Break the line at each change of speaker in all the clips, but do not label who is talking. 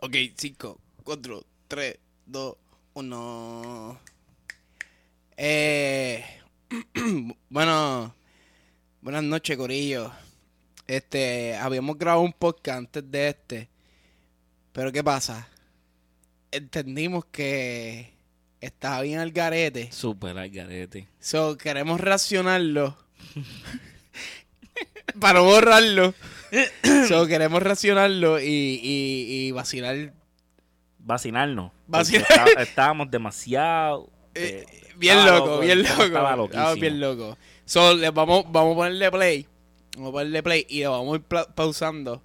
Ok, 5, 4, 3, 2, 1. Eh, bueno, buenas noches, Corillo. Este, habíamos grabado un podcast antes de este. Pero ¿qué pasa? Entendimos que estaba bien al garete.
Súper al garete.
So, queremos racionarlo. para no borrarlo. so, queremos racionarlo y, y, y vacilar.
Vacinarnos.
Vacinar.
Porque está- estábamos demasiado.
Eh,
eh,
bien
estaba
loco, bien
el
loco.
tema Estaba
Estaba
loquísimo.
bien loco. So, le vamos, vamos a ponerle play. Vamos a ponerle play y lo vamos a ir pla- pausando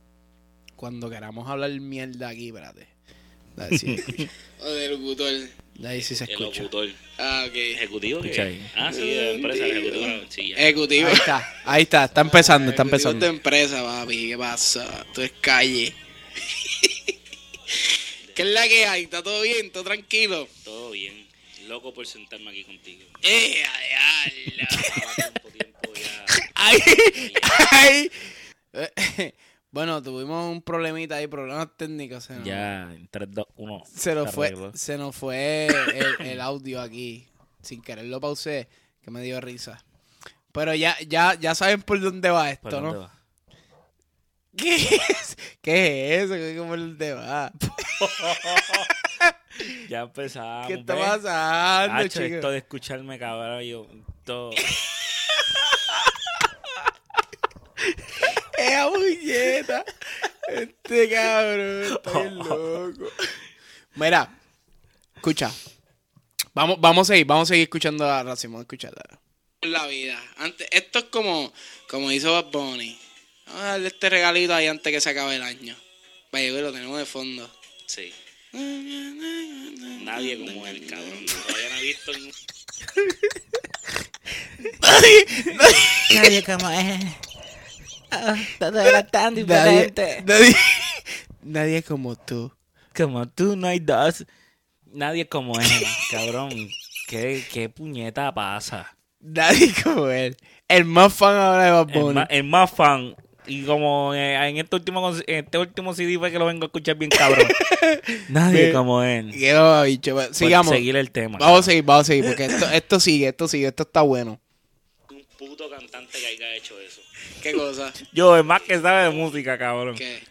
cuando queramos hablar mierda aquí, espérate. Dale, sí, escucha. de locutor. Ahí sí se
El
escucha.
locutor.
Ah, ok.
¿Ejecutivo?
Escucha
¿qué?
ahí.
Ah, sí, de empresa, ejecutivo. Sí, ya.
Ejecutivo. Ahí está, ahí está, está empezando, está empezando. empresa, papi, ¿qué pasa? Tú es calle. ¿Qué es la que hay? ¿Está todo bien? ¿Todo tranquilo?
Todo bien. Loco por sentarme aquí contigo.
¡Eh,
Llevaba tiempo, tiempo ya.
¡Ay! ¡Ay! Eh, Bueno, tuvimos un problemita ahí, problemas técnicos. Se nos,
Ya, en 3, 2, 1.
Ah. se nos fue, se nos fue el, el audio aquí. Sin querer lo pausé, que me dio risa. Pero ya, ya, ya saben por dónde va esto,
¿Por
¿no?
dónde va?
¿Qué es? ¿Qué es eso? ¿Qué- ¿Cómo el tema?
Ya empezamos.
¿Qué está
¿ves?
pasando,
Hacho,
chico?
esto de escucharme caballo. Todo.
¡Esa bulleta! Este cabrón está bien
Oh.
loco. Mira, escucha. Vamos, vamos a seguir, vamos a seguir escuchando a Racimo, vamos a escucharla. La vida. Antes, esto es como, como hizo Bad Bunny. Vamos a darle este regalito ahí antes que se acabe el año. Vaya, güey, lo tenemos de fondo.
Sí. Nadie como él, cabrón. Todavía no he visto ningún.
Nadie como él. Ah, todo era tan diferente.
nadie, nadie como tú.
Como tú no hay dos. Nadie como él, cabrón. ¿Qué, qué puñeta pasa?
Nadie como él. El más fan ahora de Bad
El
Bunny.
más, el más fan. Y como eh, en, este último, con- en este último CD fue que lo vengo a escuchar bien cabrón. Nadie
Ve-
como él.
Qué va, bicho.
Por
Pues, Sigamos.
seguir el tema.
Vamos a seguir, vamos a seguir, porque esto, esto sigue, esto sigue, esto está bueno.
Un puto cantante que haya hecho eso.
¿Qué cosa?
Yo, es más que sabe de música, cabrón.
¿Qué?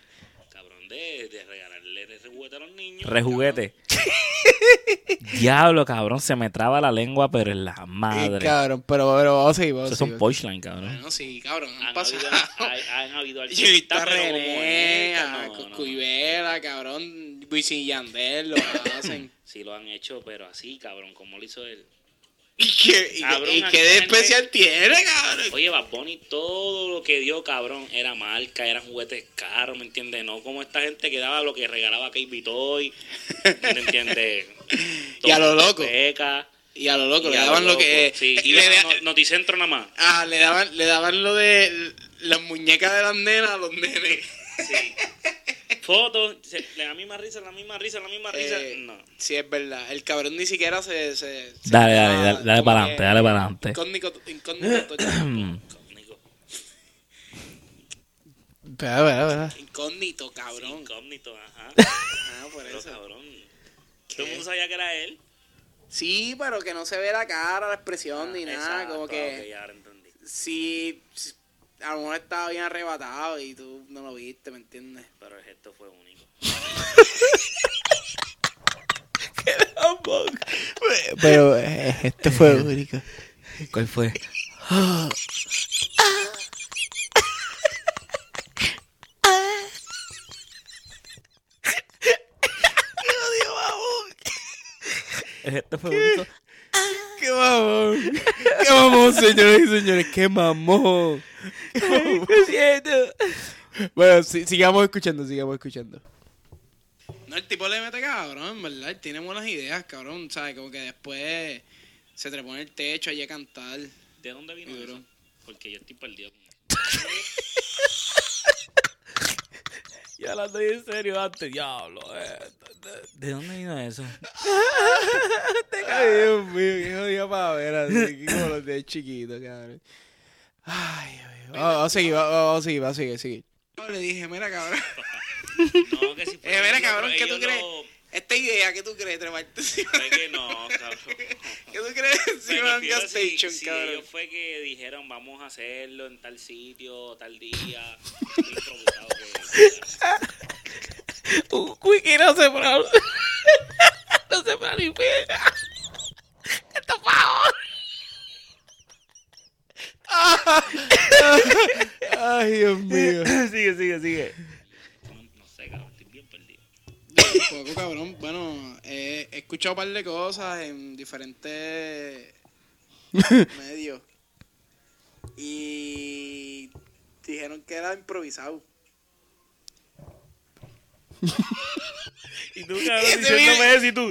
Cabrón, de, de regalarle de juguete a los niños.
Rejuguete. Diablo, cabrón, se me traba la lengua, pero en la madre.
cabrón, pero, pero vamos a seguir, vamos a
Ah, Esos
seguir.
son punchline, cabrón.
Ah, No, sí, cabrón,
Han
han
habido,
pasado.
hay- han habido
Chivita
artistas, pero como
René,
él,
a
no, no, no.
Cuyvera, cabrón, Wisin y Yandel, lo hacen.
Sí lo han hecho, pero así, cabrón, como lo hizo él.
¿Y qué, y,
Cabrón,
y
aquí
qué de
gente-
especial tiene, cabrón?
Oye, Bad Bunny, todo lo que dio, cabrón, era marca, eran juguetes caros, ¿me entiendes? No como esta gente que daba lo que regalaba Baby Toy, ¿me entiendes?
Y a lo
Todo
loco.
Peca,
Y a lo loco,
y
le
a
daban lo
loco,
que...
Sí, y
le,
eso, no- Noticentro nada más.
ah, le, daban, le daban lo de las muñecas de las nenas a los nenes.
Sí. Fotos, se- la misma risa, la misma risa, la misma risa.
Eh,
No.
Sí, es verdad. El cabrón ni siquiera se... se- se-
Dale,
ah,
dale, dale, dale
como
para
que-
adelante, dale Mm. para adelante.
Incógnito, incógnito,
Incógnito,
incógnito, cabrón.
incógnito, ajá.
Ah, por
Pero,
eso.
cabrón, todo el mundo sabía que era él.
Sí, pero que no se ve la cara, la expresión ni nada.
Exacto,
como
ok,
que
ya ahora entendí.
sí, sí, a lo mejor estaba bien arrebatado y tú no lo viste, ¿me entiendes?
Pero el gesto fue único.
Pero
eh, este
esto fue único.
¿Cuál fue? Este fue bonito.
¡Qué mamón! ¡Qué mamón, señores y señores! ¡Qué mamón! Bueno, si- sigamos escuchando, sigamos escuchando. No, el tipo le mete cabrón, ¿verdad? Él tiene buenas ideas, cabrón, ¿sabes? Como que después se trepó en el techo allí a cantar.
¿De dónde vino
Duro.
eso? Porque yo estoy perdido con eso.
Ya la doy en serio antes, diablo. eh. ¿De dónde vino eso?
Ay, Dios mío, qué jodido para ver así, como los de chiquito, cabrón. Ay, Dios mío. Vamos, vamos a seguir, vamos, vamos a seguir, vamos a seguir, sigue. Le dije, mira, cabrón.
No, que si fuese
Eh, mira,
yo,
cabrón, ¿qué
ellos
tú crees?
no-
Esta idea, ¿qué tú crees, treparte encima?
Fue que no, cabrón.
¿Qué tú crees
Me
encima de un
refiero
gas
si-
station,
si
cabrón?
ellos fue que dijeron, vamos a hacerlo en tal sitio, tal día. Estoy provocado que-
Un quickie no se para. No se para ni pega. Esto es favor.
Ay, Dios mío.
Sigue, sigue, sigue.
No, no sé, cabrón, estoy bien perdido.
Poco cabrón. Bueno, eh, he escuchado un par de cosas en diferentes medios.
Y dijeron que era improvisado.
Y tú, cabrón,
Ese
diciéndome eso y tú.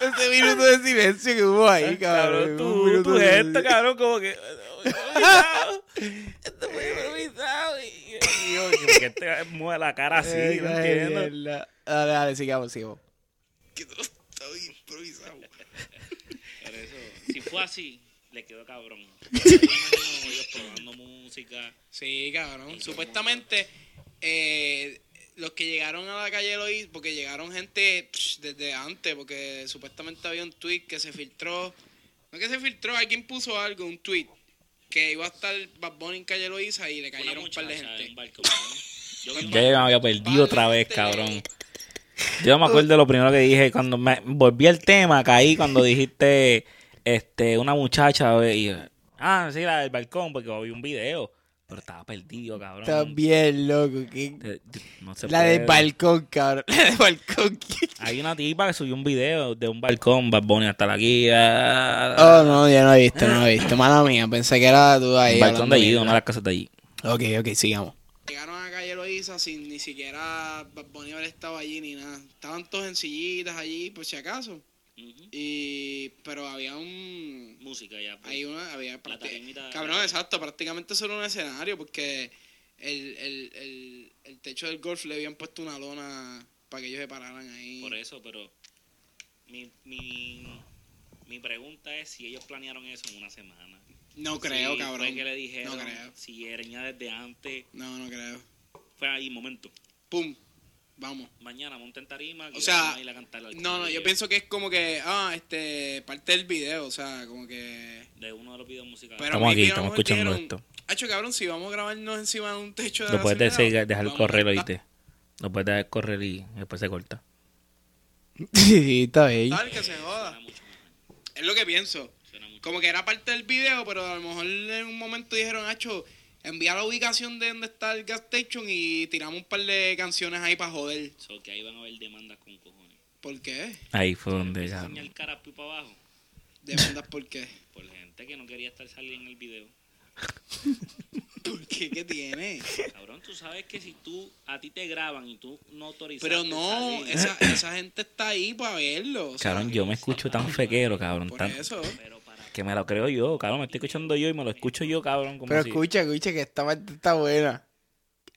Ese minuto de silencio que hubo ahí,
Cabrón,
cabrón. Un
tú,
minuto
tu
de
gesto,
silencio.
cabrón, como que. improvisado. Esto fue improvisado. Y y yo, como que te mueve la cara así,
Ay,
no
ay,
entiendo.
mierda. Dale, dale, sigamos, sigamos.
Que todo estaba improvisado.
Por eso, si fue así, le quedó cabrón. Yo me imagino ellos probando música.
Sí, cabrón. Supuestamente, eh, los que llegaron a la calle Eloís, porque llegaron gente psh, desde antes, porque supuestamente había un tweet que se filtró. No que se filtró, alguien puso algo, un tweet, que iba a estar Bad Bunny en calle Eloísa y le
Una
cayeron un par
muchacha
de
en un
gente.
barco. ¿no? Yo
Ya
vi una-
yo me había perdido otra vez, cabrón. Yo me acuerdo de lo primero que dije. Cuando me volví al tema, caí cuando dijiste este, una muchacha. eh, Y, ah, sí, la del balcón, porque vi un video. Pero estaba perdido, cabrón.
También, loco.
Eh, No se
La del
puede.
balcón, cabrón. La del balcón.
Hay una tipa que subió un video de un balcón, Bad Bunny hasta la guía.
Oh, no, yo no he visto, no he visto. Mala mía, pensé que era tú ahí.
un balcón
hablando
de allí,
mierda.
una de las casas de allí.
Ok, ok, sigamos.
Llegaron a calle Loíza sin ni siquiera Bad Bunny haber estado allí ni nada. Estaban todos en sillitas allí, por si acaso.
Ujú.
Y, pero había un.
Música ya. pues.
Hay una, había prácti-
tarimita-
Cabrón, exacto, prácticamente solo un escenario porque el, el, el, el techo del golf le habían puesto una lona para que ellos se pararan ahí.
Por eso, pero mi, mi, mi pregunta es si ellos planearon eso en una semana.
No creo,
Si
cabrón.
Fue que le dijeron,
No creo.
si era ya desde antes,
No, no creo.
fue ahí, momento.
Pum, vamos.
Mañana monten tarima. que
O sea,
vamos a ir a cantar al
No, no,
cumpleaños
yo pienso que es como que, ah, este, parte del video, o sea, como que...
De uno de los videos musicales.
Pero
Estamos
maybe
aquí,
a lo
estamos
mejor
escuchando
dijeron,
esto.
Hacho, cabrón, si vamos a grabarnos encima de un techo de
Lo
la
puedes
ciudad,
decir, dejar
vamos a
correr,
estar-
oíste. Lo puedes dejar correr y después se corta.
Sí, está bien.
tal, que se joda.
Suena mucho mejor.
Es lo que pienso.
Suena mucho
Como que era parte del video, pero a lo mejor en un momento dijeron, Hacho, envía la ubicación de donde está el gas station y tiramos un par de canciones ahí para joder.
So, que ahí van a haber demandas con cojones.
¿Por qué?
Ahí fue donde.
Empieza a
cabrón.
enseñar cara para abajo
Demandas por qué.
por gente que no quería estar saliendo en el video.
¿Por qué? ¿Qué tiene?
Cabrón, tú sabes que si tú, a ti te graban y tú no autorizas.
Pero no, esa, esa gente está ahí para verlo. o sea,
Cabrón, yo me escucho tan fequero, cabrón.
Por
tan-
eso.
Pero para
Que me lo creo yo, cabrón. Me estoy escuchando yo y me lo escucho yo, cabrón. Como
Pero
si-
escucha, escucha, que esta parte está buena.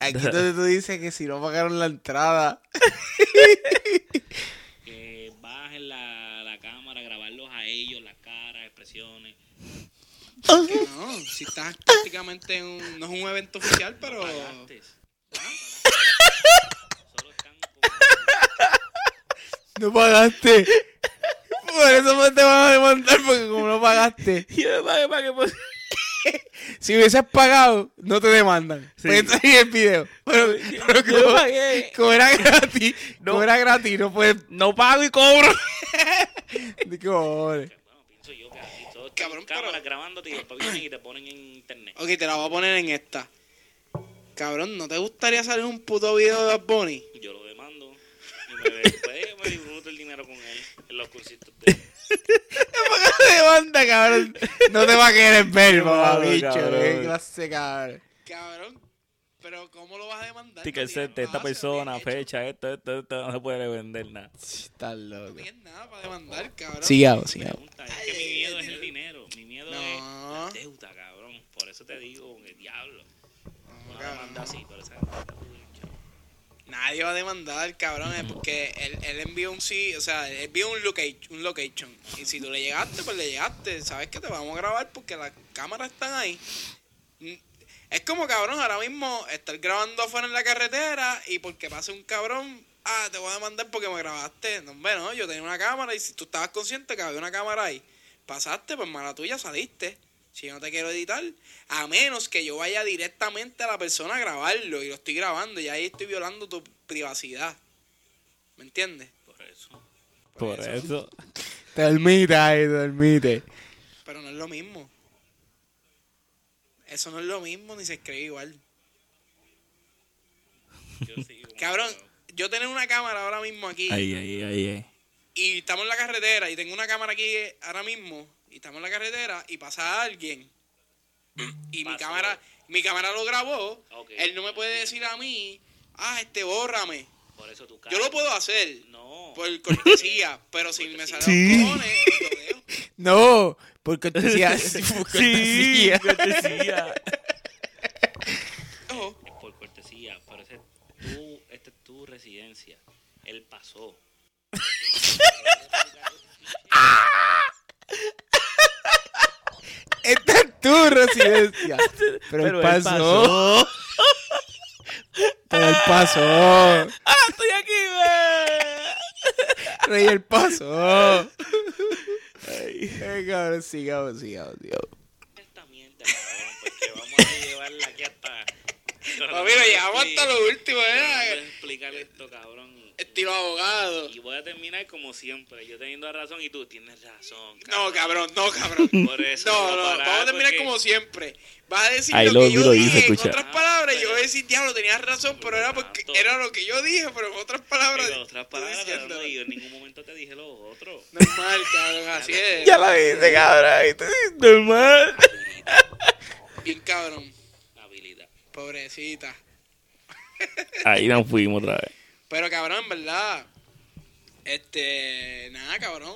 Aquí es donde tú dices que si no pagaron la entrada.
que bajen la, la cámara, grabarlos a ellos, las caras, expresiones.
Que no, si estás prácticamente en un... No es un evento oficial, pero...
Pagaste. Solo están
No pagaste. Por eso no te van a demandar, porque como no pagaste.
Yo me pagué para que pos-
Si hubieses pagado, no te demandan. Pues está ahí el video. Pero, pero
yo
como,
pagué.
como era gratis,
No.
como era gratis, no puedes.
No pago y cobro.
¿Qué cojones?
Bueno, pienso yo que así todos
Cabrón, pero-
Cabrón, cámaras grabándote y después vienen y te ponen en internet.
Ok, te la voy a poner en esta. Cabrón, ¿no te gustaría salir un puto video de Bad Bunny?
Yo lo demando. Y me, después me disfruto el dinero con él en los cursitos de
No te demanda, cabrón. No te va a querer ver, papá,
Cabrón,
bicho.
cabrón.
Qué clase, cabrón.
Cabrón, pero ¿cómo lo vas a demandar?
Ticket
No tienes
set de esta
nada,
persona,
no tienes
fecha, esto, esto, esto. No se puede vender nada.
Estás
hecho-
loco.
No tienes nada para demandar, cabrón.
Sigamos, sigamos.
pregunta. Es que mi miedo es el dinero. Mi miedo
No.
es la deuda, cabrón. Por eso te digo, que diablo.
No,
Una
cabrón.
demanda así, pero esa gente está muy chavo.
Nadie va a demandar, cabrón, es porque él, él envió un sí, o sea, él envió un location, un location. Y si tú le llegaste, pues le llegaste. Sabes que te vamos a grabar porque las cámaras están ahí. Mm, Es como cabrón, ahora mismo estar grabando afuera en la carretera y porque pase un cabrón, ah, te voy a demandar porque me grabaste. No, hombre, no, yo tenía una cámara y si tú estabas consciente que había una cámara ahí, pasaste, pues mala tuya, saliste. Si yo no te quiero editar, a menos que yo vaya directamente a la persona a grabarlo y lo estoy grabando y ahí estoy violando tu privacidad. ¿Me entiendes?
Por eso.
Por eso.
Te dormite ahí, te dormite.
Pero no es lo mismo. Eso no es lo mismo ni se escribe igual.
Yo sí, como-
Cabrón, yo tener una cámara ahora mismo aquí
Ahí, ahí, ahí, ahí.
y estamos en la carretera y tengo una cámara aquí eh, ahora mismo y estamos en la carretera y pasa alguien y mi
Pasó.
cámara mi cámara lo grabó,
Ok.
él no me puede decir a mí, ah, este bórrame.
Por eso tu cara.
Yo lo puedo pues hacer
No.
por cortesía, pero si me salen
Sí.
los cojones, lo dejo.
No, por cortesía. por
Sí,
cortesía.
cortesía.
Ojo.
Es por cortesía. Pero ese es tu, esta es tu residencia. Él pasó.
Esta es tu residencia. Pero, el
Pero él
paso.
pasó.
Pero el paso.
¡Ah, estoy aquí, güey!
Rey el paso. Ay, cabrón, sigamos, sigamos, sigamos.
Esta mierda, cabrón. Porque vamos a llevarla aquí hasta.
Papi, lo llevamos hasta lo último,
Voy
¿eh?
explicar esto, cabrón. y-
Estilo abogado.
Y voy a terminar como siempre, yo teniendo razón y tú tienes razón.
No, cabrón, no, cabrón.
Por eso
No,
voy
no,
parar,
vamos a terminar
porque-
como siempre. Vas a decir
Ahí
lo,
lo-
que yo
lo
dije,
dice,
en
escucha.
otras palabras, y yo voy a
Pero-
decir, diablo, tenías razón, pero era porque
Exacto.
era lo que yo dije, pero en otras palabras.
Digo, otras
estoy
palabras, pero
diciendo-
no, yo en ningún momento te dije lo otro.
Normal, cabrón, así es.
Ya lo hice, cabrón. Esto es normal.
Bien, cabrón,
Habilidad.
pobrecita.
Ahí nos fuimos otra vez.
Pero cabrón, en verdad. Este. Nada, cabrón.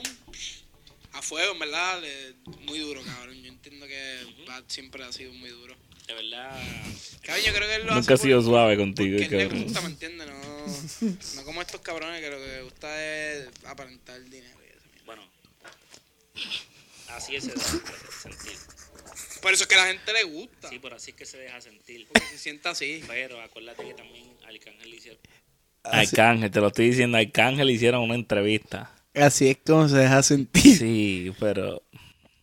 A fuego, en verdad. le- muy duro, cabrón. Yo entiendo que Bad siempre ha sido muy duro.
De verdad,
Cabrón, yo creo que él lo
Nunca he
hace
sido
por-
suave contigo,
porque él le
cabrón.
gusta, ¿me entiendes? No, no como estos cabrones que lo que les gusta es aparentar dinero. y eso.
bueno, así es se deja sentir.
Por eso es que a la gente le gusta.
Sí, pero así es que se deja sentir.
Porque se sienta así.
Pero acuérdate que también Arcángel le hicieron.
Arcángel, te lo estoy diciendo. Arcángel hicieron una entrevista.
Así es como se deja sentir.
Sí, pero.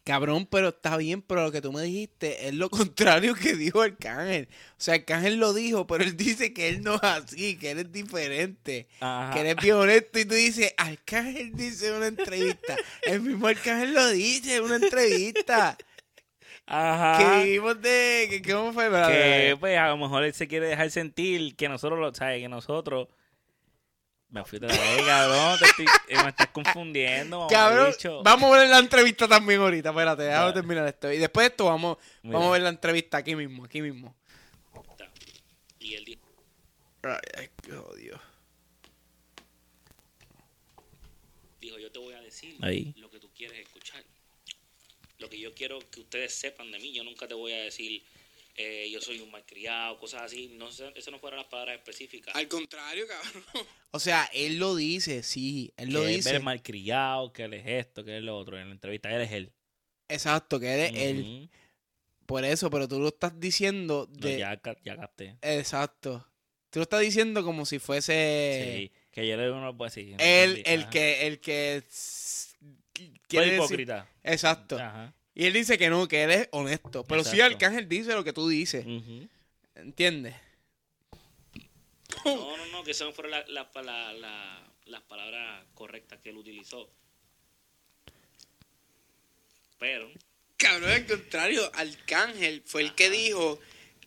Cabrón, pero está bien, pero lo que tú me dijiste es lo contrario que dijo Arcángel. O sea, Arcángel lo dijo, pero él dice que él no es así, que él es diferente.
Ajá.
Que eres bien honesto y tú dices, Arcángel dice en una entrevista. El mismo Arcángel lo dice en una entrevista. Que
Ajá.
vivimos de... Que, que ¿Cómo fue? Bla, bla,
Que
bla.
pues a lo mejor él se quiere dejar sentir que nosotros lo. ¿Sabes? Que nosotros. Me fui otra vez, cabrón. Te estoy- eh, me estás confundiendo.
Cabrón,
mamabicho.
vamos a ver la entrevista también ahorita. Espérate, déjame
Dale.
terminar esto. Y después de esto vamos,
Mira.
vamos a ver la entrevista aquí mismo, aquí mismo.
Y él dijo,
Ay, ay, qué odio.
dijo, yo te voy a decir
Ahí.
lo que tú quieres escuchar. Lo que yo quiero que ustedes sepan de mí. Yo nunca te voy a decir, eh, yo soy un malcriado, cosas así. No sé, eso no fueron las palabras específicas.
Al contrario, cabrón.
O sea, él lo dice, sí, él lo
que
dice.
Él es malcriado, que él es esto, que él es lo otro. En la entrevista, él es él.
Exacto, que eres él.
Ujú.
Por eso, pero tú lo estás diciendo
No,
de...
ya, ca- ya capté.
Exacto. Tú lo estás diciendo como si fuese
sí. Que yo le uno pues sí.
él
entendí.
el
Ajá.
que el que s-
Soy
quiere decir-
hipócrita.
Exacto.
Ajá.
Y él dice que no, que él es honesto, pero sí
Exacto.
Arcángel dice lo que tú dices,
Ujú.
¿entiendes?
No, no, no, que esas no fueron la- la- la- la- las palabras correctas que él utilizó. Pero,
Cabrón, al contrario. Arcángel fue el que dijo.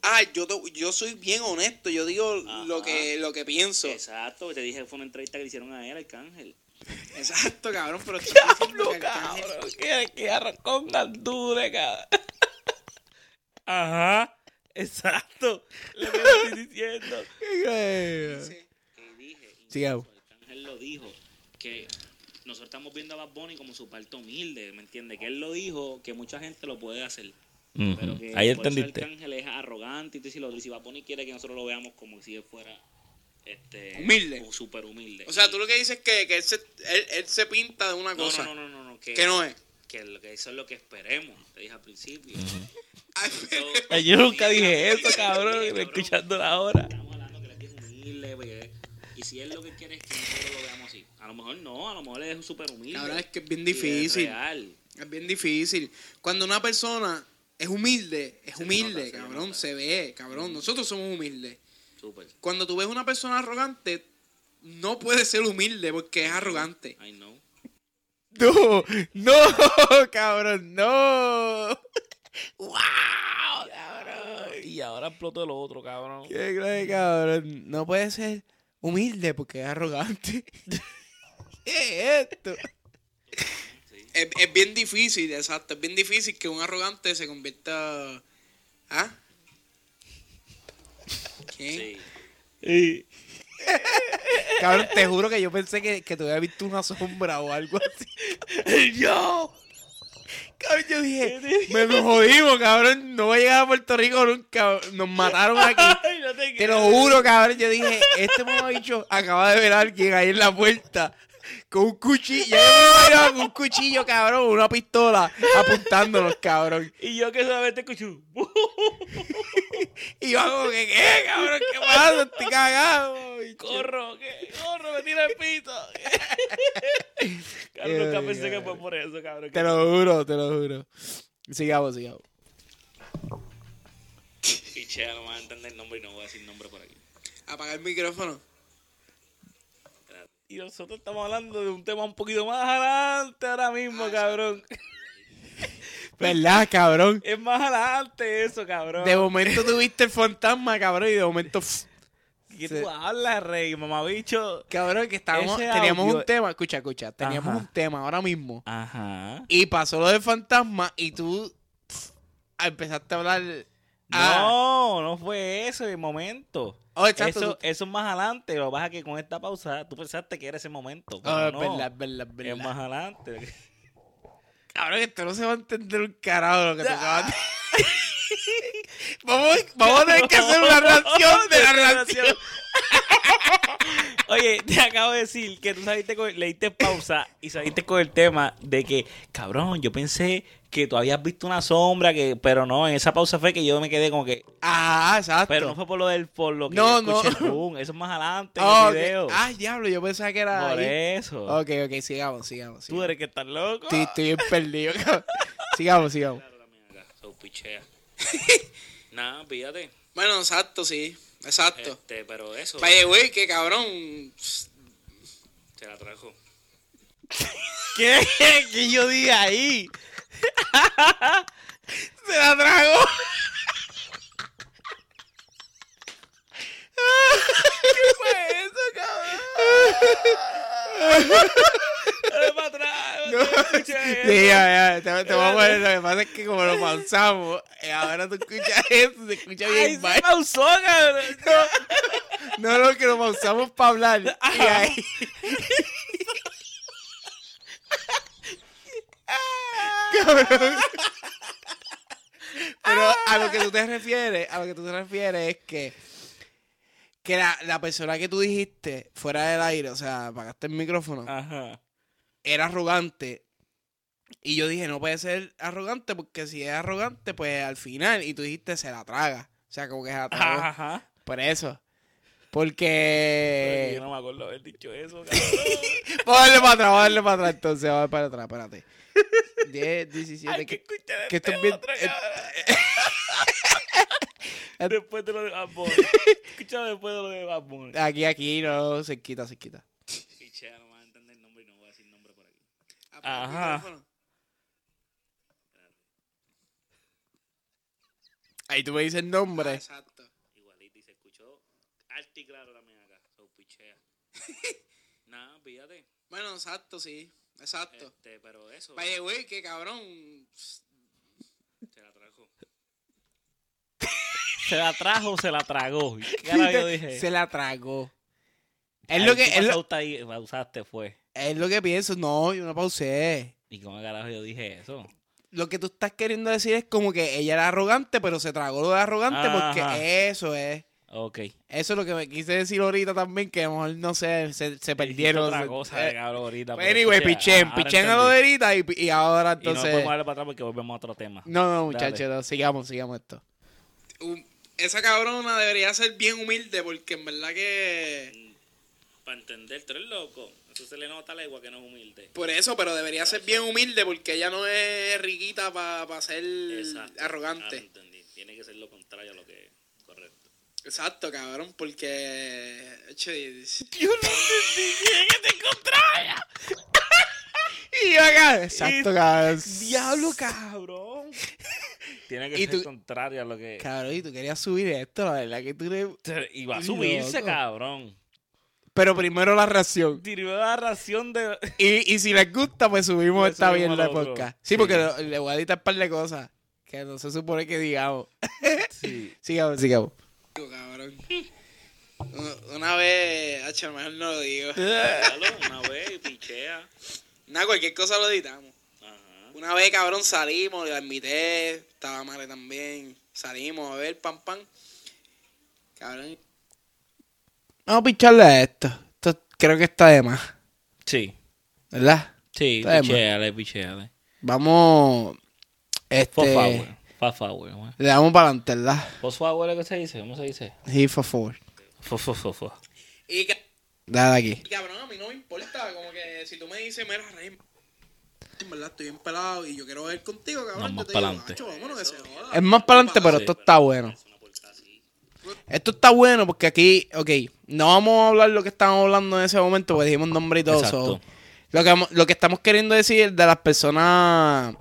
Ah, yo, te- yo soy bien honesto, yo digo lo
Ajá.
que, lo que pienso.
exacto, te dije que fue una entrevista que le hicieron a él, Arcángel.
Exacto, cabrón, pero tú estás diciendo que Arcángel-
que, que arrancó tan duro, cabrón. Ajá. Exacto. Lo que te estoy diciendo.
Sí.
Que dije, y
Sigamos.
Arcángel lo dijo, que nosotros estamos viendo a Bad Bunny como su parte humilde, ¿me entiendes? Que él lo dijo, que mucha gente lo puede hacer. Pero que
Ahí
por eso
entendiste.
Arcángel es arrogante y tú dices, lo- si Bad Bunny quiere que nosotros lo veamos como si él fuera... Este,
Humilde.
Un súper humilde.
O sea, tú lo que dices es que, que él, se, él, él se pinta de una
no,
cosa
no, no, no, no, no, que,
que no es.
que lo que eso es lo que esperemos, te dije al principio.
Ay, pero-
Ay, Yo nunca dije eso, cabrón. y me Escuchándola ahora.
Estamos hablando que él es bien humilde, pues, Y si él lo que quiere es que nosotros lo veamos así. A lo mejor no, a lo mejor él es súper humilde.
Cabrón, es que es bien
y
difícil.
real.
Es bien difícil. Cuando una persona es humilde, es
Se
humilde,
nota, se
cabrón,
nota.
se ve, cabrón. Nosotros somos humildes.
Súper.
Cuando tú ves una persona arrogante, no puede ser humilde porque es arrogante.
I know.
No, no, cabrón, no. ¡Wow! Cabrón.
Y ahora explotó el otro, cabrón.
Qué grave, cabrón. No puede ser humilde porque es arrogante. ¿Qué es esto?
Es, es bien difícil, exacto. Es bien difícil que un arrogante se convierta. ¿Ah? ¿Quién?
Sí.
Cabrón, te juro que yo pensé que, que te había visto una sombra o algo así. ¡Yo! Cabrón, yo dije, me nos jodimos, cabrón. No voy a llegar a Puerto Rico nunca. Nos mataron aquí.
no te
Te lo juro, cabrón. Yo dije, este mamabicho acaba de ver a alguien ahí en la puerta. Con un cuchillo. Yo me imaginaba con un cuchillo, cabrón. Una pistola apuntándonos, cabrón.
Y yo que solamente escucho. ¡Uh,
Y yo hago que, ¿qué, cabrón? ¿Qué pasa? Estoy cagado. Y-
Corro, que corro, me tira el pito. cabrón,
Qué
nunca pensé que
cabrón.
fue por eso, cabrón.
Te lo juro, te lo juro. Sigamos, sigamos.
Y che, no van a entender el nombre y no voy a decir nombre por aquí.
Apagar el micrófono.
Y nosotros estamos hablando de un tema un poquito más adelante ahora mismo, cabrón.
¿Verdad, cabrón?
Es más adelante eso, cabrón.
De momento tuviste el fantasma, cabrón, y de momento. pff,
¿Qué tú hablas, rey, mamabicho?
cabrón, que estábamos.
Ese
Teníamos
audio-
un tema, escucha, escucha. Teníamos
Ajá.
un tema ahora mismo.
Ajá.
Y pasó lo del fantasma, y tú. pff, empezaste a hablar. Ah,
No, no fue eso el momento.
Oh, exacto,
Eso,
tú-
eso es más adelante. Lo que pasa es que con esta pausa tú pensaste que era ese momento. pero
ah, es
no,
verdad, es verdad, es
es
verdad.
más adelante.
Cabrón, esto no se va a entender un carajo lo que te acabas de- vamos, vamos a tener que hacer una reacción de la relación.
Oye, te acabo de decir que tú saliste con, le diste pausa y saliste con el tema de que, cabrón, yo pensé que tú habías visto una sombra, que, pero no, en esa pausa fue que yo me quedé como que,
Ah, exacto.
pero no fue por lo del, por lo que
No,
yo escuché
no.
el boom, eso es más adelante en
Ah,
el
ok.
video.
Ah, diablo, yo pensaba que era.
por
ahí.
eso.
Ok, ok, sigamos, sigamos.
Tú
sigamos.
eres que estás loco.
Estoy, estoy bien perdido, cabrón. Sigamos, sigamos.
Claro, también acá. So, pichea. Nada, fíjate.
Bueno, exacto, sí. Exacto.
Este, pero eso
Vaya, güey, que cabrón.
se la trajo.
¿Qué? que yo diga ahí?
¡Se la trago! ¿Qué fue eso, cabrón?
Dale para atrás. No, escuché
Sí,
eso.
ya, ya, te, te voy a poner. Lo que pasa es que como lo pausamos, eh, ahora tú escuchas eso, se escucha
Ay,
bien
se
mal.
pausó, cabrón.
No, no, que lo pausamos para hablar. Y ahí. Cabrón. Pero a lo que tú te refieres, a lo que tú te refieres es que, que la, la persona que tú dijiste fuera del aire, o sea, apagaste el micrófono,
Ajá.
era arrogante. Y yo dije, no puede ser arrogante, porque si es arrogante, pues al final, y tú dijiste, se la traga. O sea, como que se la tragó.
Ajá.
Por eso.
Pero Yo
Porque.
no me acuerdo haber dicho eso, cabrón.
Vamos a darle para atrás, vamos a darle para atrás entonces, vamos a darle para atrás, espérate. 10, 17,
Hay que
que,
escuchar
que
este
esto es bien-
otro,
eh,
cabrón. Después de lo de Bad Bunny. Escucha después de lo de Bad Bunny.
aquí, aquí, no, se quita, se quita.
Pichea, no van a entender el nombre y no voy a decir nombre por aquí.
Apagar el
Ajá.
micrófono.
Ahí tú me dices el
Ah,
nombre.
Exacto.
Igualito y se escuchó alto y claro también acá. So, pichea. Nada, fíjate.
Bueno, exacto, sí.
Eh.
Exacto.
Este, pero eso
Vaya, güey, que cabrón.
se la trajo.
Se la trajo o se la tragó. ¿Qué ahora yo dije?
Se la tragó. Es lo, que, es, lo,
La usaste fue.
es lo que pienso. No, yo no pausé.
¿Y cómo carajo yo dije eso?
Lo que tú estás queriendo decir es como que ella era arrogante, pero se tragó lo de arrogante
Ajá.
porque eso es.
Ok.
Eso es lo que me quise decir ahorita también, que a lo mejor no sé, se, se perdieron.
Otra
se-
cosa,
eh,
cabrón, ahorita.
pues
pero
anyway,
escuché,
pichén,
ahora
pichén a
entendí.
lo de ahorita y, y ahora
Y no
entonces.
podemos darle para atrás porque volvemos a otro tema.
no, no,
Dale.
muchachos, no, sigamos, sigamos esto.
Um, Esa cabrona debería ser bien humilde porque en verdad que...
Para entender, tú eres loco. Eso se le nota a la que no es humilde.
Por eso, pero debería ser bien humilde porque ella no es riquita para ser
Exacto. Ah,
Mm, arrogante.
entendí. Tiene que ser lo contrario a lo que es correcto.
Exacto, cabrón, porque... che,
Yo no entendí que te encontraba. y yo acá. Exacto, cabrón.
cabrón! Tiene que
Y
ser
tú-
contrario a lo que.
Cabrón, y tú querías subir esto, la verdad que tú le...
Y va a subirse,
Loco.
cabrón.
Pero primero la reacción.
Tiró la ración de.
Y, y si les gusta, pues subimos
Pues
esta
subimos
mierda de
al otro.
podcast. Sí, porque lo- le voy a editar un par de cosas que no se supone que digamos.
Sí.
Sigamos, sigamos.
digo, cabrón. U- Una vez, hacho, a lo mejor no lo digo.
Dalo una vez y pichea.
Nada, cualquier cosa lo editamos.
Ajá.
Una vez, cabrón, salimos, la invité, estaba madre también. Salimos a ver, pam, pam. Cabrón,
Vamos a pincharle a esto. Esto creo que está de más,
Sí.
¿verdad?
Sí,
Está de más.
pichéale, pichéale.
Vamos...
Fast
Este...
forward. Fast forward, güey.
Le damos para adelante, ¿verdad?
Fast forward es lo que se dice. ¿Cómo se dice?
Sí, for forward.
Fo, fo, fo, fo.
y ca-
Dale aquí.
Y cabrón, a mí no me importa, como que si tú me dices, mira, Rey, en verdad estoy bien pelado y yo quiero ver contigo,
No,
cabrón.
más
yo te digo,
pa'lante.
"Acho, vámonos que se joda".
Es más para adelante, pero
Sí.
esto está bueno.
Es una puerta así.
Esto está bueno porque aquí, ok, no vamos a hablar lo que estábamos hablando en ese momento, porque dijimos nombre y todo.
Exacto.
so, lo, que, vamos- lo que estamos queriendo decir de las personas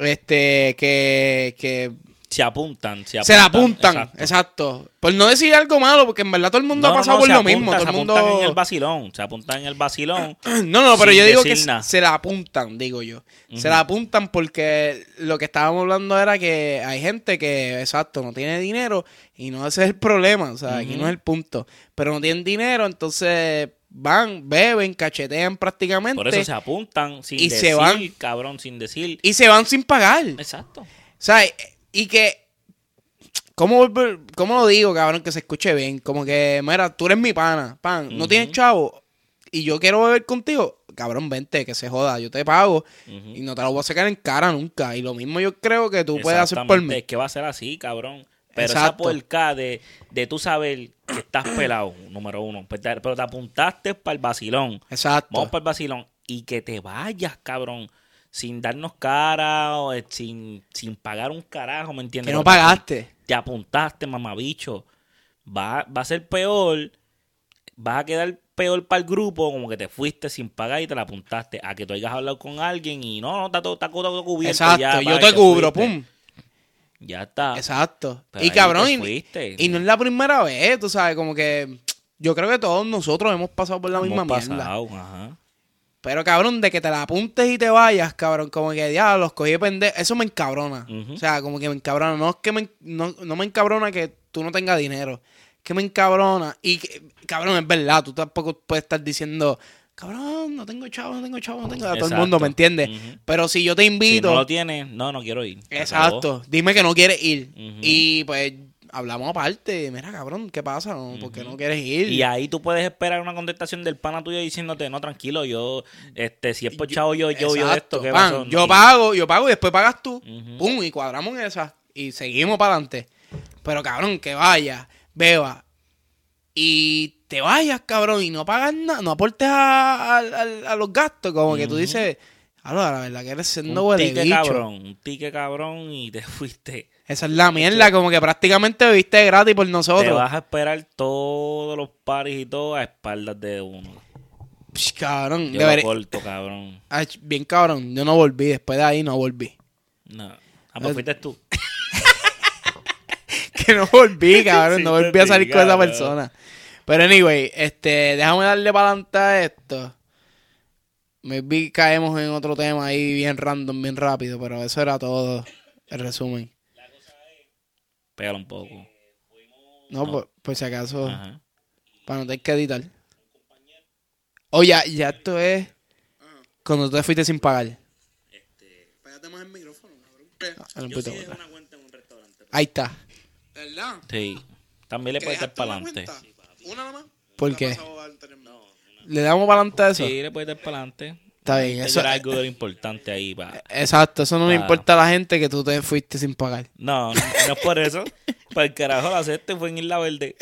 este, que, que
Se apuntan, se apuntan.
se la apuntan, exacto.
Exacto.
Por no decir algo malo, porque en verdad todo el mundo
No,
ha
no,
pasado
no,
por
se
lo
apuntan,
mismo. Todo el
se
mundo...
apuntan en el vacilón. Se apuntan en el vacilón.
No, no, pero
sin
yo digo
decir
que
nada.
se la apuntan, digo yo. Se la apuntan porque lo que estábamos hablando era que hay gente que, exacto, no tiene dinero y no ese es el problema, o sea, aquí
Ujú.
no es el punto. Pero no tienen dinero, entonces van, beben, cachetean prácticamente
Por eso se apuntan sin
Y
decir,
se van.
cabrón, sin decir.
y se van sin pagar. O
Exacto.
sea, y que... ¿Cómo, volver- ¿Cómo lo digo, cabrón? Que se escuche bien. Como que, mira, tú eres mi pana, pan, no
Ujú.
tienes chavo y yo quiero beber contigo. Cabrón, vente, que se joda, yo te pago.
Ujú.
Y no te lo voy a sacar en cara nunca. Y lo mismo yo creo que tú puedes hacer por
Exactamente,
mí.
Es que va a ser así, cabrón. Pero esa
Exacto.
porca de, de tú saber que estás pelado, número uno. Pero te- pero te apuntaste para el vacilón. Vamos
Exacto.
para el vacilón. Y que te vayas, cabrón. Sin darnos cara, o, eh, sin, sin pagar un carajo, ¿me entiendes?
Que no
Lo te-
pagaste.
Te apuntaste, mamabicho. Va, va a ser peor. Vas a quedar peor para el grupo, como que te fuiste sin pagar y te la apuntaste. A que tú hayas hablado con alguien y no, no, está todo, está todo cubierto.
Exacto.
ya,
yo
va,
te cubro,
fuiste.
pum.
Ya está.
Exacto.
Pero ahí
Y cabrón,
te
y,
fuiste.
y no es la primera vez, tú sabes, como que yo creo que todos nosotros hemos pasado por la
Hemos
misma mierda.
pasado, ajá.
Pero cabrón, de que te la apuntes y te vayas, cabrón, como que ya los cogí de pendejo. Eso me encabrona.
Ujú.
O sea, como que me encabrona. No es que me, en- no, no me encabrona que tú no tengas dinero. Es que me encabrona. Y que- cabrón, es verdad, tú tampoco puedes estar diciendo, cabrón, no tengo chavo, no tengo chavo, no tengo. A todo el
Exacto.
mundo, ¿me entiendes?
Ujú.
Pero si yo te
Si
invito.
no lo tienes, no, no quiero ir. Se acabó.
Exacto. Dime que no quieres ir.
Ujú.
Y pues hablamos aparte. Mira, cabrón, ¿qué pasa? No, ¿Por qué no quieres ir?
Y ahí tú puedes esperar una contestación del pana tuyo diciéndote, no, tranquilo, yo, este, si es por chavo, yo, yo, yo de
Exacto,
esto, ¿qué
pan,
pasó?
yo
Y-
pago, yo pago y después pagas tú.
Ujú.
Pum, y cuadramos en esa. Y seguimos para adelante. Pero cabrón, que vaya, beba. Y te vayas, cabrón, y no pagas nada, no aportes a, a- a- a los gastos. Como que tú
Ujú.
dices, "Aló, la verdad que eres
Un
siendo huele
tique
bicho".
cabrón, un tique cabrón y te fuiste.
Esa es la mierda, como que prácticamente viste gratis por
Te
nosotros.
vas a esperar todos los paris y todo a espaldas de uno.
Psh, cabrón,
Yo
debería-
lo corto, cabrón.
Ay, bien cabrón, yo no volví, después de ahí no volví.
No. Ah,
Eh.
pues fuiste tú.
que no volví, cabrón.
Sí,
no volví a
te
salir con esa
diga, cabrón.
persona. Pero anyway, este, déjame darle para adelante a esto. Maybe caemos en otro tema ahí bien random, bien rápido, pero eso era todo. El resumen.
Pégalo un poco.
No, Por, por si acaso,
Ajá.
para no tener que editar. O ya, ya esto es cuando tú te fuiste sin pagar.
Pégate Este, más el micrófono, cabrón.
Ah, no,
Yo
puto,
sí dejé
puta.
una cuenta en un restaurante.
Ahí está.
¿Verdad?
Sí. También le
¿Que
puede estar
dejaste
para
una
adelante.
cuenta? ¿Una nada más?
¿Por
La
qué?
pasó anteriormente.
¿Le damos para adelante a eso?
Sí, le puede estar para adelante.
Está bien, eso.
era algo de lo importante ahí. pa.
Exacto, eso no le
Ah.
importa a la gente que tú te fuiste sin pagar.
No, no, no es por eso. Para el carajo, la sexta fue en Isla Verde.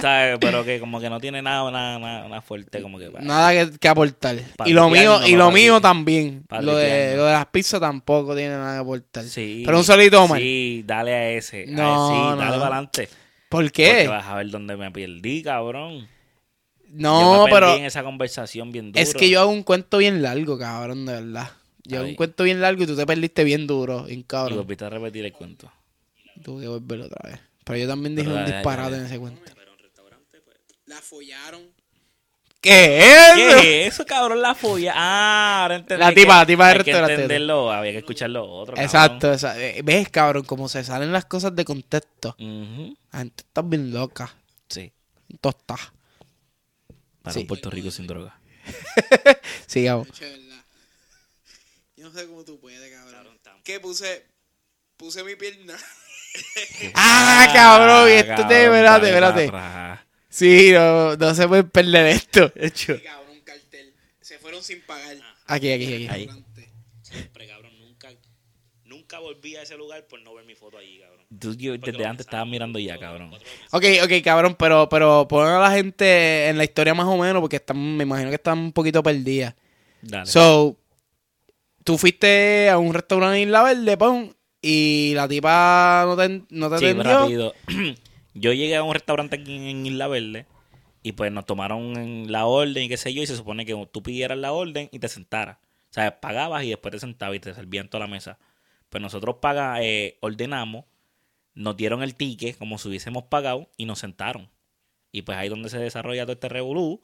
¿Sabes? Pero que como que no tiene nada, nada, nada, nada fuerte. Como que pa.
Nada que, que aportar.
Pa'
Y lo mío,
tripearnos,
y
no,
lo
pa'
mío
tripe-
también.
pa'
Lo de,
tripearnos.
lo de las pizzas tampoco tiene nada que aportar.
Sí.
Pero un solito, Omar.
Sí, dale a ese. No,
No,
sí,
no.
dale para adelante.
¿Por
Porque
qué?
vas a ver dónde me perdí, cabrón.
No,
yo me perdí
pero
en esa conversación bien duro.
es que yo hago un cuento bien largo, cabrón, de verdad. Yo hago
Ay.
un cuento bien largo y tú te perdiste bien duro, bien
Y
cabrón.
volviste a repetir el cuento.
Tuve que volverlo otra vez. Pero yo también dije
Pero
un
dale, dale,
disparate
dale.
en ese cuento.
pues, La follaron.
¿Qué es?
¿Qué es eso, cabrón? La folla. Ah, ahora entendí.
La
que
tipa, la tipa del
Hay que
restaurante.
entenderlo, había que escuchar lo otro. cabrón.
Exacto, esa- eh, ves, cabrón, como se salen las cosas de contexto.
Ujú,
La gente está bien loca,
Sí.
tostada.
Para
Sí.
un Puerto Rico sin droga.
Sigamos.
Che, verdad. Yo no sé cómo tú puedes, cabrón. ¿Qué puse? Puse mi pierna.
Ah, cabrón, y esto te,
cabrón,
espérate,
dale,
espérate.
raja.
Sí, no, no se puede perder esto. Hecho.
Y, cabrón, cartel. Se fueron sin pagar.
Aquí, aquí, aquí.
Ahí.
Durante.
Siempre, cabrón, nunca, nunca volví a ese lugar por no ver mi foto allí, cabrón.
Tú, yo desde antes estaba mirando ya, cabrón.
Ok, ok, cabrón, pero, pero pon a la gente en la historia más o menos, porque están, me imagino que están un poquito perdidas.
Dale.
So, tú fuiste a un restaurante en Isla Verde, pon, y la tipa no te, no te
Sí,
atendió.
rápido. Yo llegué a un restaurante aquí en Isla Verde y pues nos tomaron en la orden y qué sé yo y se supone que tú pidieras la orden y te sentaras. O sea, pagabas y después te sentabas y te servían toda la mesa. Pues nosotros paga, eh, ordenamos, nos dieron el ticket como si hubiésemos pagado y nos sentaron. Y pues ahí es donde se desarrolla todo este revolú,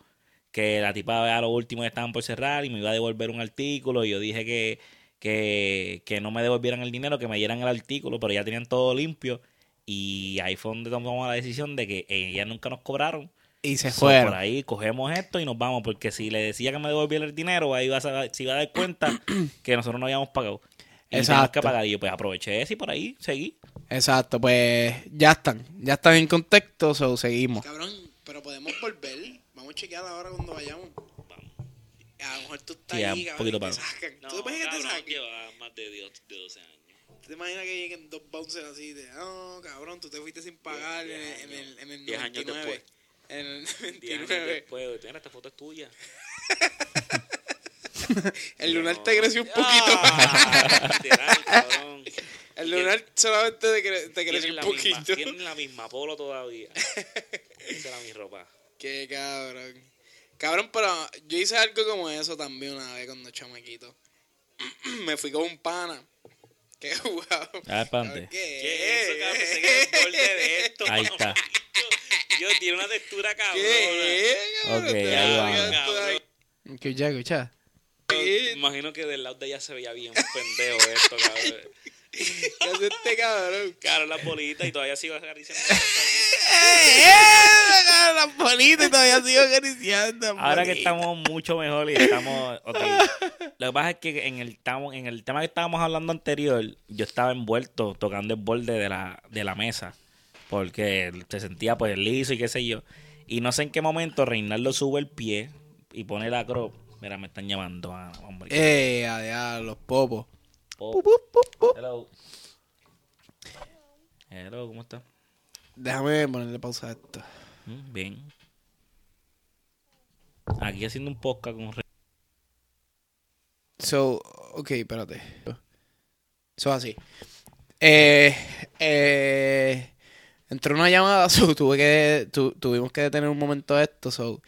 que la tipa a lo último ya estaban por cerrar y me iba a devolver un artículo y yo dije que, que, que no me devolvieran el dinero, que me dieran el artículo, pero ya tenían todo limpio. Y ahí fue donde tomamos la decisión de que eh, ya nunca nos cobraron.
Y se
So,
fueron.
por ahí cogemos esto y nos vamos, porque si le decía que me devolviera el dinero, ahí iba a, sa- se iba a dar cuenta que nosotros no habíamos pagado. Y teníamos
Exacto.
que pagar. Y yo pues aproveché eso y por ahí seguí.
Exacto, pues ya están. Ya están en contexto, so seguimos.
Cabrón, pero podemos volver. Vamos a chequear ahora cuando vayamos. A lo mejor tú estás
Sí, ya,
ahí,
un
cabrón,
poquito
y te
para-
sacan.
No,
¿Tú te imaginas que te
cabrón,
saquen?
llevaba más de, 10 de 12 años.
¿Tú te imaginas que lleguen dos bouncers así de, ah, no, cabrón, tú te fuiste sin pagar en, el- en el, en el
Diez años
99"? En el
10 años
99.
después, Pues, mira, esta foto es tuya.
El lunar te creció un poquito.
Ah, literal, cabrón.
el lunar solamente te, cre- te creció
Tienen
un
la, misma,
poquito.
tienen la misma polo todavía. Esa era mi ropa.
Qué cabrón. Cabrón, pero yo hice algo como eso también una vez cuando chamaquito. Me fui con un pana. Qué jugado.
A ver, para adelante.
¿Qué es Eh, eso, cabrón? Se queda el borde de esto.
Ahí está.
Yo, tiene una textura cabrón.
¿Qué? cabrón?
Ok,
Te
ahí
la
vamos.
regaste ahí.
Escucha, escucha.
¿Qué?
Imagino que del lado de ella se veía bien pendejo esto, cabrón.
¿Qué hace este cabrón?
Claro, las bolitas y todavía sigo acariciando.
eh, Las bolitas y todavía sigo acariciando.
Ahora que estamos mucho mejor y estamos. ok. Lo que pasa es que en el, tamo- en el tema que estábamos hablando anterior, yo estaba envuelto tocando el borde de la, de la mesa. Porque se sentía pues liso y qué sé yo. Y no sé en qué momento Reinaldo sube el pie y pone la crop. Mira, me están llamando. Ah, hombre.
Eh, a diablo, los popos.
Oh. Hello. Hello, ¿cómo estás?
Déjame ponerle pausa a esto.
Mm, Bien. Aquí haciendo un podcast con Re-
So, ok, espérate. So, así. Eh, eh, entró una llamada, so, tuve que, tu- tuvimos que detener un momento esto, so,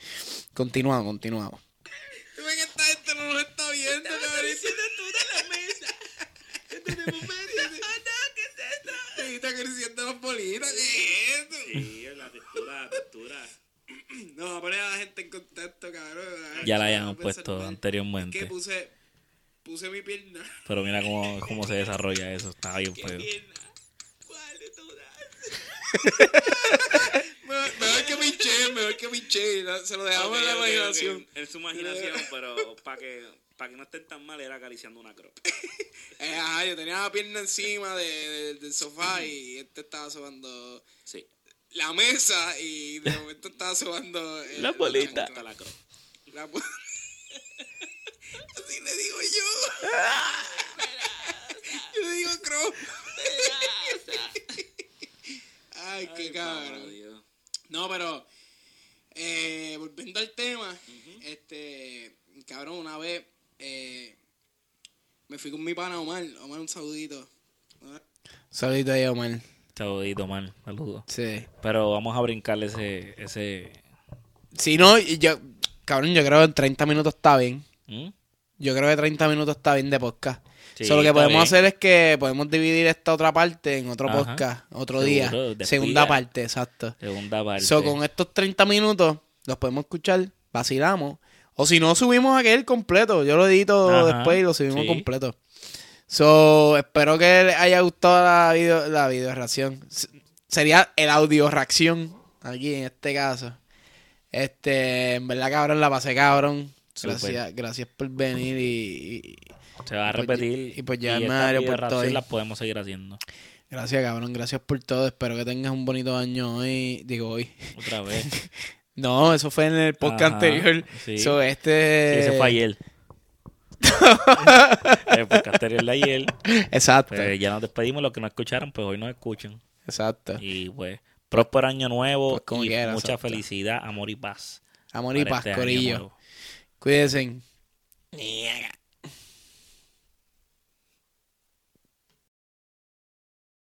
continuamos, continuamos.
Tú ves que esta gente no nos está viendo, cabrón. Y está creciendo las bolitas. ¿Qué es esto?
Sí, la textura, la textura.
No, vamos a poner a la gente en contexto, cabrón. Ah,
Ya la habíamos
habíamos
puesto anteriormente.
Que puse, puse mi pierna.
Pero mira cómo, cómo se desarrolla eso. Está bien pues.
¿Qué
feo.
pierna? ¿Cuál de todas? mejor, mejor que pinche, mejor que pinche. ¿no? Se lo dejamos
Ok,
a la
ok, ok.
imaginación.
En su imaginación, pero para que, pa' que no estén tan mal, era acariciando una crop.
Eh, ajá, yo tenía la pierna encima de, de- del sofá y este estaba sobando
Sí.
la mesa y de momento estaba sobando. eh,
La
los
bolita.
chanclas. La bo- Así le digo yo. yo le digo Crow. Ay, qué cabrón. No, pero eh, volviendo al tema, este, cabrón, una vez eh, me fui con mi pana Omar, Omar un saludito.
Saludito ahí, Omar.
Saludito, man. Saludos.
Sí.
Pero vamos a brincarle ese. ese...
Si no, yo, cabrón, yo creo que en 30 minutos está bien.
¿Mm?
Yo creo que 30 minutos está bien de podcast.
Sí,
Solo que
está
podemos
bien.
hacer es que podemos dividir esta otra parte en otro
Ajá.
podcast, otro día.
Seguro, despida.
Segunda parte, exacto.
Segunda parte.
So, con estos 30 minutos los podemos escuchar, vacilamos. O si no, subimos aquel completo. Yo lo edito
Ajá,
después y lo subimos
sí.
completo. So, espero que les haya gustado la video, la video reacción. S- Sería el audio reacción aquí en este caso. Este, en verdad, cabrón, la pasé, cabrón.
Súper.
Gracias, gracias por venir y, y-
Se va a
y pues
repetir.
lle- y pues llevarme
estas
al aeropuerto
videorreacciones
ahí.
las podemos seguir haciendo.
gracias, cabrón. Gracias por todo. Espero que tengas un bonito año hoy. Digo hoy.
Otra vez. Sí,
No, eso fue en el podcast
Ajá,
anterior.
sí.
So, este.
ese fue ayer. el podcast anterior de ayer.
Exacto,
Pues ya nos despedimos. Los que no escucharon, pues hoy nos escuchan.
exacto.
Y pues, próspero año nuevo.
Pues como
y
quiera,
mucha
exacto.
felicidad, amor y paz.
Amor y
para
paz,
este año
corillo.
nuevo.
Cuídense.
Niega.